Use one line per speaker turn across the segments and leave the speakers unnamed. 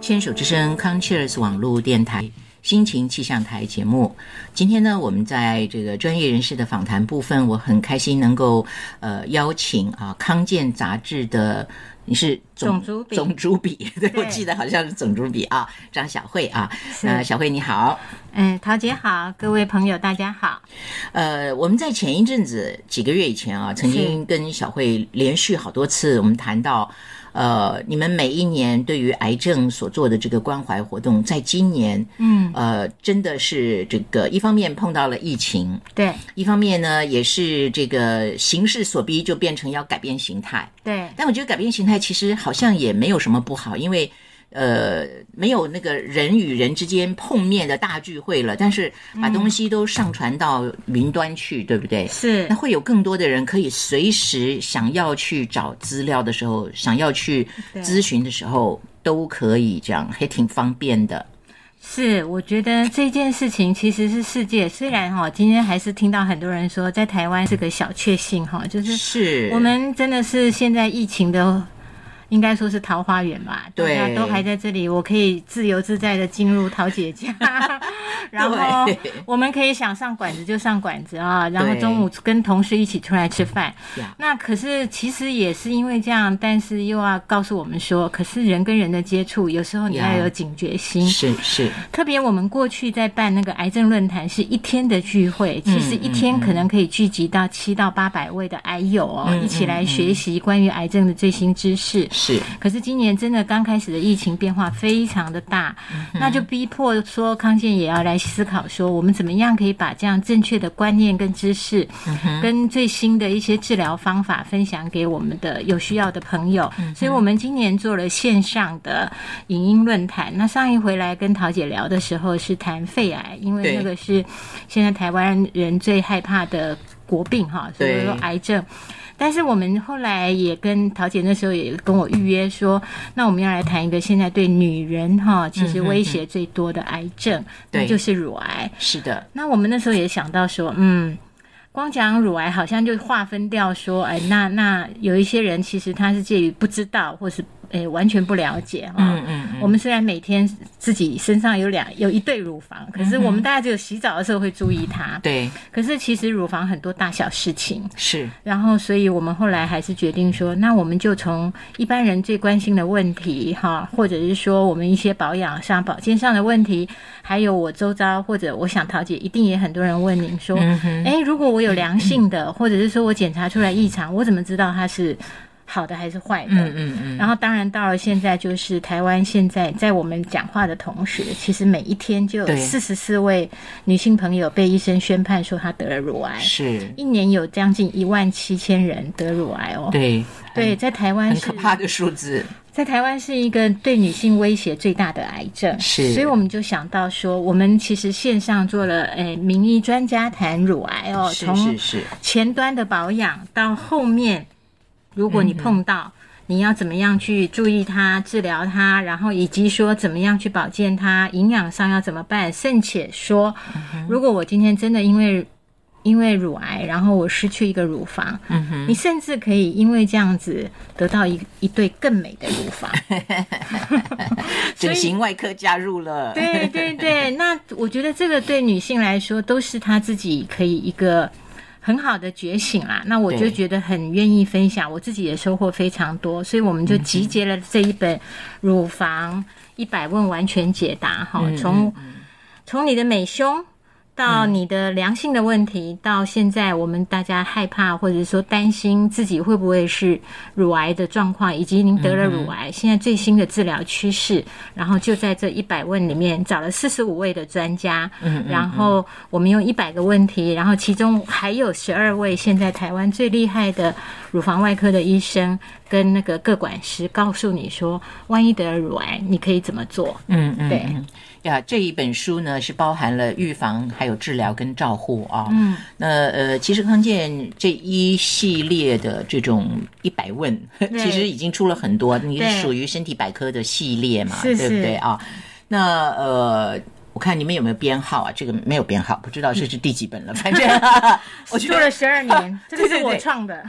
牵手之声 Concheers 网络电台心情气象台节目。今天呢，我们在这个专业人士的访谈部分，我很开心能够呃邀请啊康健杂志的。你是
总主笔
总主笔， 对
对
我记得好像是总主笔啊，张小慧啊，
是
呃，小慧你好，
嗯，桃姐好，各位朋友大家好。
呃，我们在前一阵子几个月以前啊，曾经跟小慧连续好多次，我们谈到，呃，你们每一年对于癌症所做的这个关怀活动，在今年，
嗯，
呃，真的是这个一方面碰到了疫情，
对
一方面呢也是这个形势所逼，就变成要改变形态。
对
但我觉得改变形态其实好像也没有什么不好，因为呃没有那个人与人之间碰面的大聚会了，但是把东西都上传到云端去，对不对？
是
那，会有更多的人可以随时想要去找资料的时候，想要去
对
咨询的时候都可以这样，还挺方便的。
是，我觉得这件事情其实是世界，虽然哈、今天还是听到很多人说在台湾是个小确幸哈、就是
是
我们真的是现在疫情的。应该说是桃花源吧，大
对
家都还在这里，我可以自由自在的进入桃姐 家， 然后
对
我们可以想上馆子就上馆子啊，然后
对
中午跟同事一起出来吃饭，
呀
那可是其实也是因为这样，但是又要告诉我们说，可是人跟人的接触，有时候你
呀
要有警觉心。
是是
特别我们过去在办那个癌症论坛，是一天的聚会，其实一天可能可以聚集到七到八百位的癌友哦，一起来学习关于癌症的最新知识。
是，
可是今年真的刚开始的疫情变化非常的大，
嗯
那就逼迫说康健也要来思考说，我们怎么样可以把这样正确的观念跟知识，
嗯
跟最新的一些治疗方法分享给我们的有需要的朋友。
嗯
所以我们今年做了线上的影音论坛。那上一回来跟桃姐聊的时候是谈肺癌，因为
对
那个是现在台湾人最害怕的国病哈，所以
对
说癌症。但是我们后来也跟桃姐那时候也跟我预约说，那我们要来谈一个现在对女人哈，其实威胁最多的癌症，
嗯对
那就是乳癌。
是的，
那我们那时候也想到说，嗯，光讲乳癌好像就划分掉说，哎，那那有一些人其实他是介于不知道或是哎完全不了解哈。
嗯嗯
我们虽然每天自己身上有两有一对乳房，可是我们大概只有洗澡的时候会注意它。
嗯对，
可是其实乳房很多大小事情，
是
然后，所以我们后来还是决定说，那我们就从一般人最关心的问题，哈，或者是说我们一些保养上、保健上的问题，还有我周遭或者我想桃姐一定也很多人问您说，
嗯
哎、如果我有良性的，或者是说我检查出来异常，我怎么知道它是好的还是坏的？
嗯嗯，
然后，当然到了现在，就是台湾现在在我们讲话的同时，其实每一天就有
对
四十四位女性朋友被医生宣判说她得了乳癌。
是，
一年有将近一万七千人得乳癌哦。
对
对，在台湾
很
是
可，怕的数字，
在台湾是一个对女性威胁最大的癌症，
是
所以我们就想到说，我们其实线上做了诶、呃名医专家谈乳癌哦，
是
从
是是，
前端的保养到后面，如果你碰
嗯
到。你要怎么样去注意它、治疗它，然后以及说怎么样去保健它，营养上要怎么办？甚且说，
嗯
如果我今天真的因为因为乳癌，然后我失去一个乳房，
嗯哼，
你甚至可以因为这样子得到一一对更美的乳房。
整形外科加入了，
对对 对，那我觉得这个对女性来说都是她自己可以一个很好的觉醒啦。那我就
对
觉得很愿意分享，我自己也收获非常多，所以我
嗯
们就集结了这一本《乳房一百问完全解答》哈，
嗯
从从你的美胸。到你的良性的问题，到现在我们大家害怕或者说担心自己会不会是乳癌的状况，以及您得了乳
嗯
癌，现在最新的治疗趋势，然后就在这一百问里面找了四十五位的专家，
嗯
然后我们用一百个问题，然后其中还有十二位现在台湾最厉害的乳房外科的医生跟那个各管师告诉你说，万一得了乳癌，你可以怎么做？
嗯嗯，
对
嗯呀，这一本书呢是包含了预防、还有治疗跟照护啊。嗯，那呃，其实康健这一系列的这种一百问， 其实已经出了很多，你是
对
属于身体百科的系列嘛，对
是
不
是
对啊？那呃。我看你们有没有编号啊？这个没有编号，不知道这是第几本了。反 正我觉
做了
得，
十二 年，这个
对
是
对
我
对
创 的，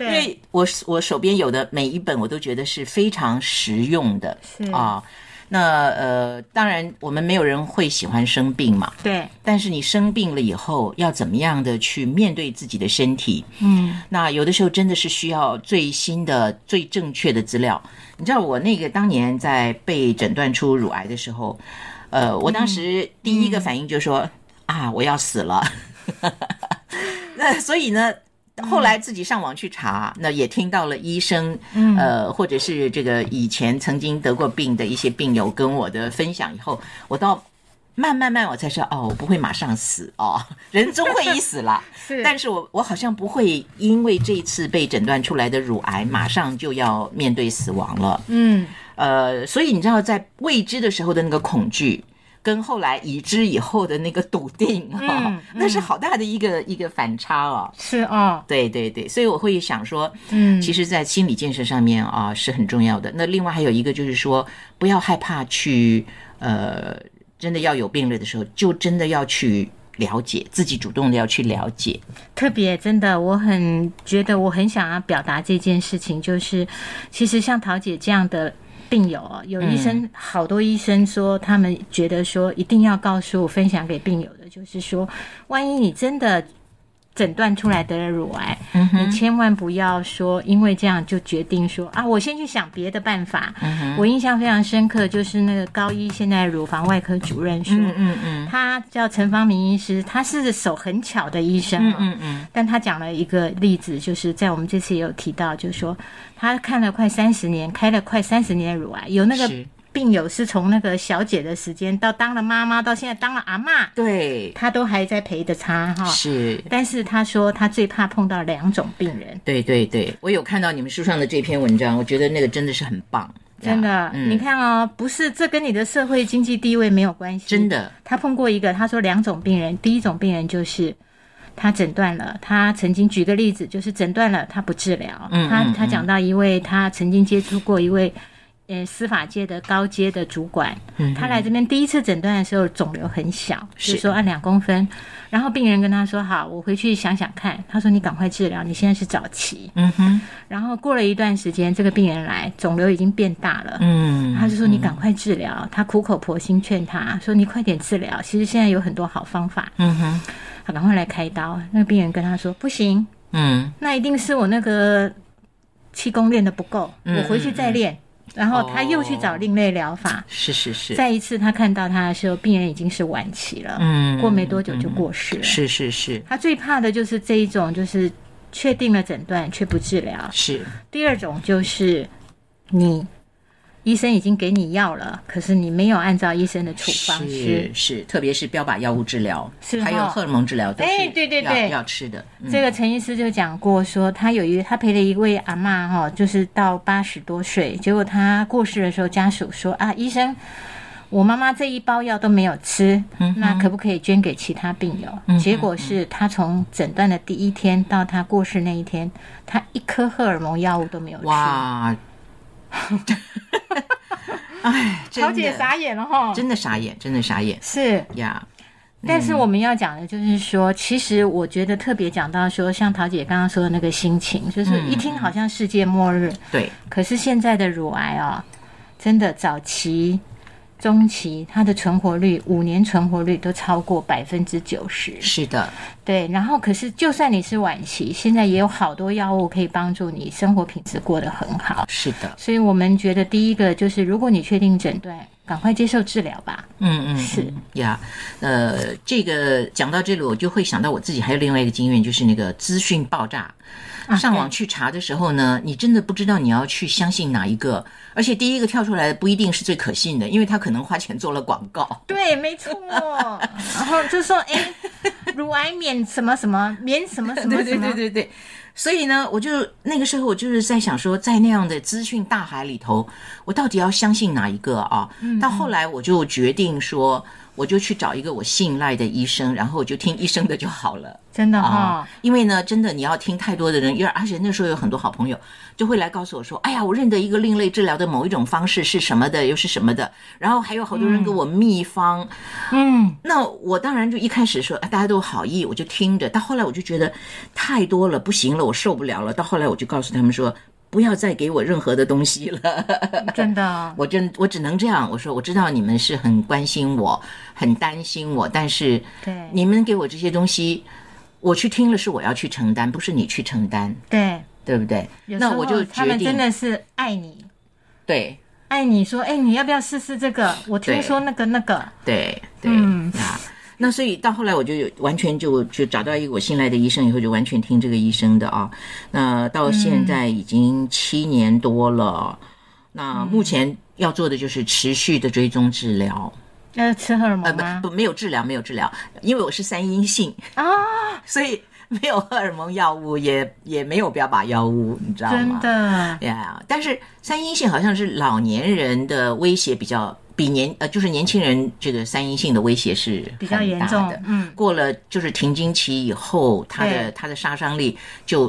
因为我我手边有的每一本我都觉得是非常实用的
是
啊。那呃，当然我们没有人会喜欢生病嘛，
对，
但是你生病了以后，要怎么样的去面对自己的身体？
嗯，
那有的时候真的是需要最新的、最正确的资料。你知道我那个当年在被诊断出乳癌的时候，呃，我当时第一个反应就说、啊，我要死了。 那所以呢，后来自己上网去查，那也听到了医生，呃，或者是这个以前曾经得过病的一些病友跟我的分享以后，我到。慢慢慢，我才知道哦，我不会马上死哦， 人终会一死啦。
是
但是我我好像不会因为这一次被诊断出来的乳癌，马上就要面对死亡了。
嗯，
呃，所以你知道，在未知的时候的那个恐惧，跟后来已知以后的那个笃定啊、
嗯
那是好大的一个一个反差啊。
是哦，
对对对，所以我会想说，
嗯，
其实，在心理建设上面啊是很重要的。那另外还有一个就是说，不要害怕去呃，真的要有病了的时候，就真的要去了解，自己主动的要去了解。
特别真的，我很觉得我很想要表达这件事情，就是其实像桃姐这样的病友哦，有医生、好多医生说，他们觉得说一定要告诉分享给病友的，就是说，万一你真的。诊断出来得了乳癌，
嗯
你千万不要说因为这样就决定说啊，我先去想别的办法。
嗯
我印象非常深刻，就是那个高一现在乳房外科主任说，
嗯嗯
他叫陈方明医师，他是手很巧的医生、哦，
嗯嗯，
但他讲了一个例子，就是在我们这次也有提到，就是说他看了快三十年，开了快三十年的乳癌，有那个
是
病友是从那个小姐的时间到当了妈妈，到现在当了阿嬷，
对，
他都还在陪着她哈。
是。
但是他说他最怕碰到两种病人，
对对对，我有看到你们书上的这篇文章，我觉得那个真的是很棒，
真的，
嗯
你看哦，不是这跟你的社会经济地位没有关系，
真的，
他碰过一个，他说两种病人，第一种病人就是他诊断了，他曾经举个例子，就是诊断了他不治疗，
嗯
他
嗯
他讲到一位他曾经接触过一位。呃，司法界的高阶的主管，他来这边第一次诊断的时候，肿瘤很小，
嗯是
就说按两公分。然后病人跟他说：“好，我回去想想看。”他说：“你赶快治疗，你现在是早期。
嗯哼，”
然后过了一段时间，这个病人来，肿瘤已经变大了。
嗯，
他就说你赶快治疗，他苦口婆心劝他说你快点治疗，其实现在有很多好方法，
嗯哼，
他赶快来开刀。那个病人跟他说不行，
嗯，
那一定是我那个气功练的不够，
嗯
我回去再练。然后他又去找另类疗法，
是是哦是，
再一次他看到他的时候，病人已经是晚期了，
嗯，
过没多久就过世了。
是是是
他最怕的就是这一种，就是确定了诊断却不治疗，
是，
第二种就是你医生已经给你药了，可是你没有按照医生的处方吃
是。是，特别是标靶药物治疗，
是
还有
哈
荷尔蒙治疗，都是
哎对对
要
对
要吃的，嗯
这个陈医师就讲过说，他有一他陪了一位阿嬷哈、就是到八十多岁，结果他过世的时候，家属说啊，医生，我妈妈这一包药都没有吃，
嗯
那可不可以捐给其他病友？结果是他从诊断的第一天到他过世那一天，他一颗荷尔蒙药物都没有吃。
哇， 哎，
桃
真
姐
的
傻眼了哈，
真的傻眼，真的傻眼
是
呀，
但是我们要讲的就是说，其实我觉得特别讲到说，像桃姐刚刚说的那个心情，就是一听好像世界末日，
对，
可是现在的乳癌啊、真的早期、中期，它的存活率五年存活率都超过百分之九十。
是的，
对，然后可是就算你是晚期，现在也有好多药物可以帮助你生活品质过得很好。
是的，
所以我们觉得第一个就是，如果你确定诊断，赶快接受治疗吧。
嗯嗯，
是
呀，呃，这个讲到这里，我就会想到我自己还有另外一个经验，就是那个资讯爆炸。
啊
上网去查的时候呢，你真的不知道你要去相信哪一个，而且第一个跳出来的不一定是最可信的，因为他可能花钱做了广告。
对，没错。然后就说， 哎、乳癌免什么什么，免什么什么什么。
对对对对。所以呢，我就那个时候我就是在想说，在那样的资讯大海里头，我到底要相信哪一个啊？
嗯
到后来我就决定说，我就去找一个我信赖的医生，然后我就听医生的就好了。
真的哈、
啊，因为呢，真的你要听太多的人，因为而且那时候有很多好朋友就会来告诉我说，哎呀，我认得一个另类治疗的某一种方式是什么的，又是什么的，然后还有好多人给我秘方，
嗯，
那我当然就一开始说、啊大家都好意，我就听着，到后来我就觉得太多了，不行了，我受不了了，到后来我就告诉他们说。不要再给我任何的东西了。
真的，
我真我只能这样，我说我知道你们是很关心我，很担心我，但是
对
你们给我这些东西，我去听了是我要去承担，不是你去承担，
对，
对不对？
有
那
时
我
候
就
他
决
们
定
真的是爱你，
对
爱你说，哎，你要不要试试这个？我听
对
说那个那个，
对对、
嗯
啊。那所以到后来，我就有完全就就找到一个我信赖的医生，以后就完全听这个医生的啊。那到现在已经七年多了，那目前要做的就是持续的追踪治疗。
要吃荷尔
呃，
蒙啊吗
不？不，没有治疗，没有治疗，因为我是三阴性啊， 所以没有荷尔蒙药物，也也没有标靶药物，你知道
真
吗？
的，
呀但是三阴性好像是老年人的威胁比较比年呃，就是年轻人这个三阴性的威胁是
比较
很
严
大
重
的。
嗯
过了就是停经期以后，它的
对
它的杀伤力就。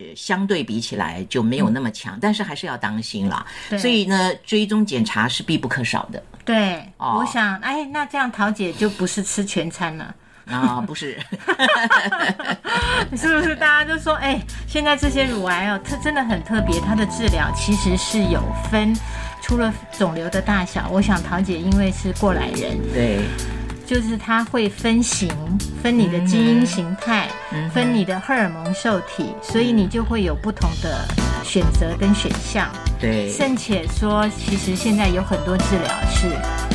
呃相对比起来就没有那么强，但是还是要当心啦。
对
所以呢，追踪检查是必不可少 的
对，
哦
我想，哎，那这样桃姐就不是吃全餐了，
啊，不是？
是不是？大家就说，哎，现在这些乳癌哦，它真的很特别，它的治疗其实是有分，除了肿瘤的大小，我想桃姐因为是过来人，
对，
就是它会分型，分你的基因形态，
嗯哼嗯
分你的荷尔蒙受体，所以你就会有不同的选择跟选项。
对，
甚且说，其实现在有很多治疗是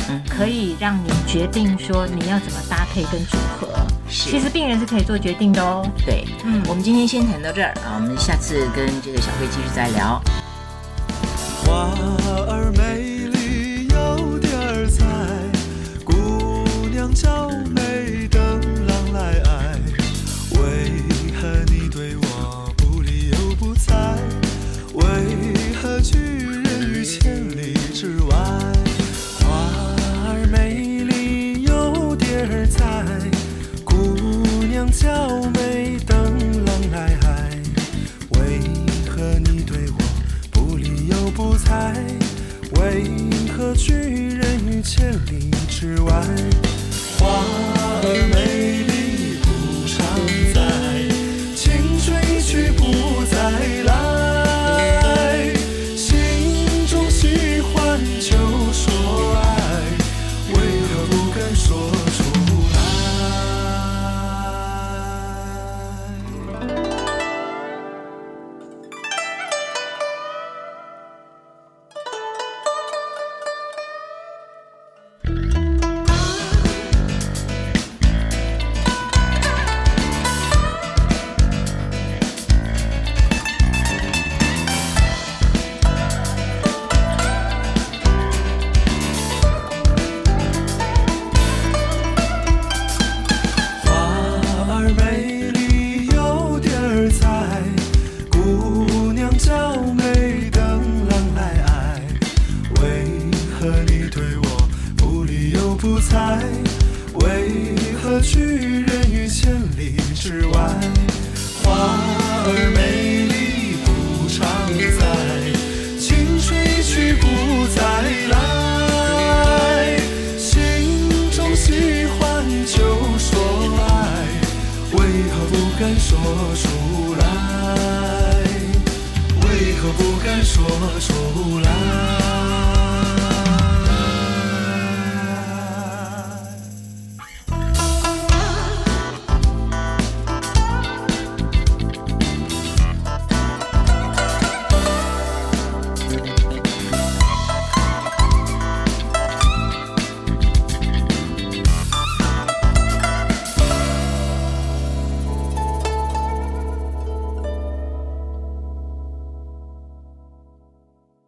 嗯
可以让你决定说你要怎么搭配跟组合。
是
其实病人是可以做决定的哦。
对，
嗯
我们今天先谈到这儿啊，我们下次跟这个小慧继续再聊。
花儿美丽有点儿彩，姑娘娇美等郎来爱。为何你对我不理又不睬？为何拒人于千里之外？花儿美丽有点儿彩，姑娘娇美等郎来爱。为何你对我不理又不睬？为何拒人于千里之外？花儿美丽不常在，青春一去不再来。心中喜欢就说爱，为何不肯说出来？花儿美丽有点儿彩，姑娘娇美等郎来爱。为何你对我不理又不睬？为何拒人于千里之外？花儿美丽不常在，青春一去不再来。心中喜欢就说爱，为何不敢说出来？为何不敢说出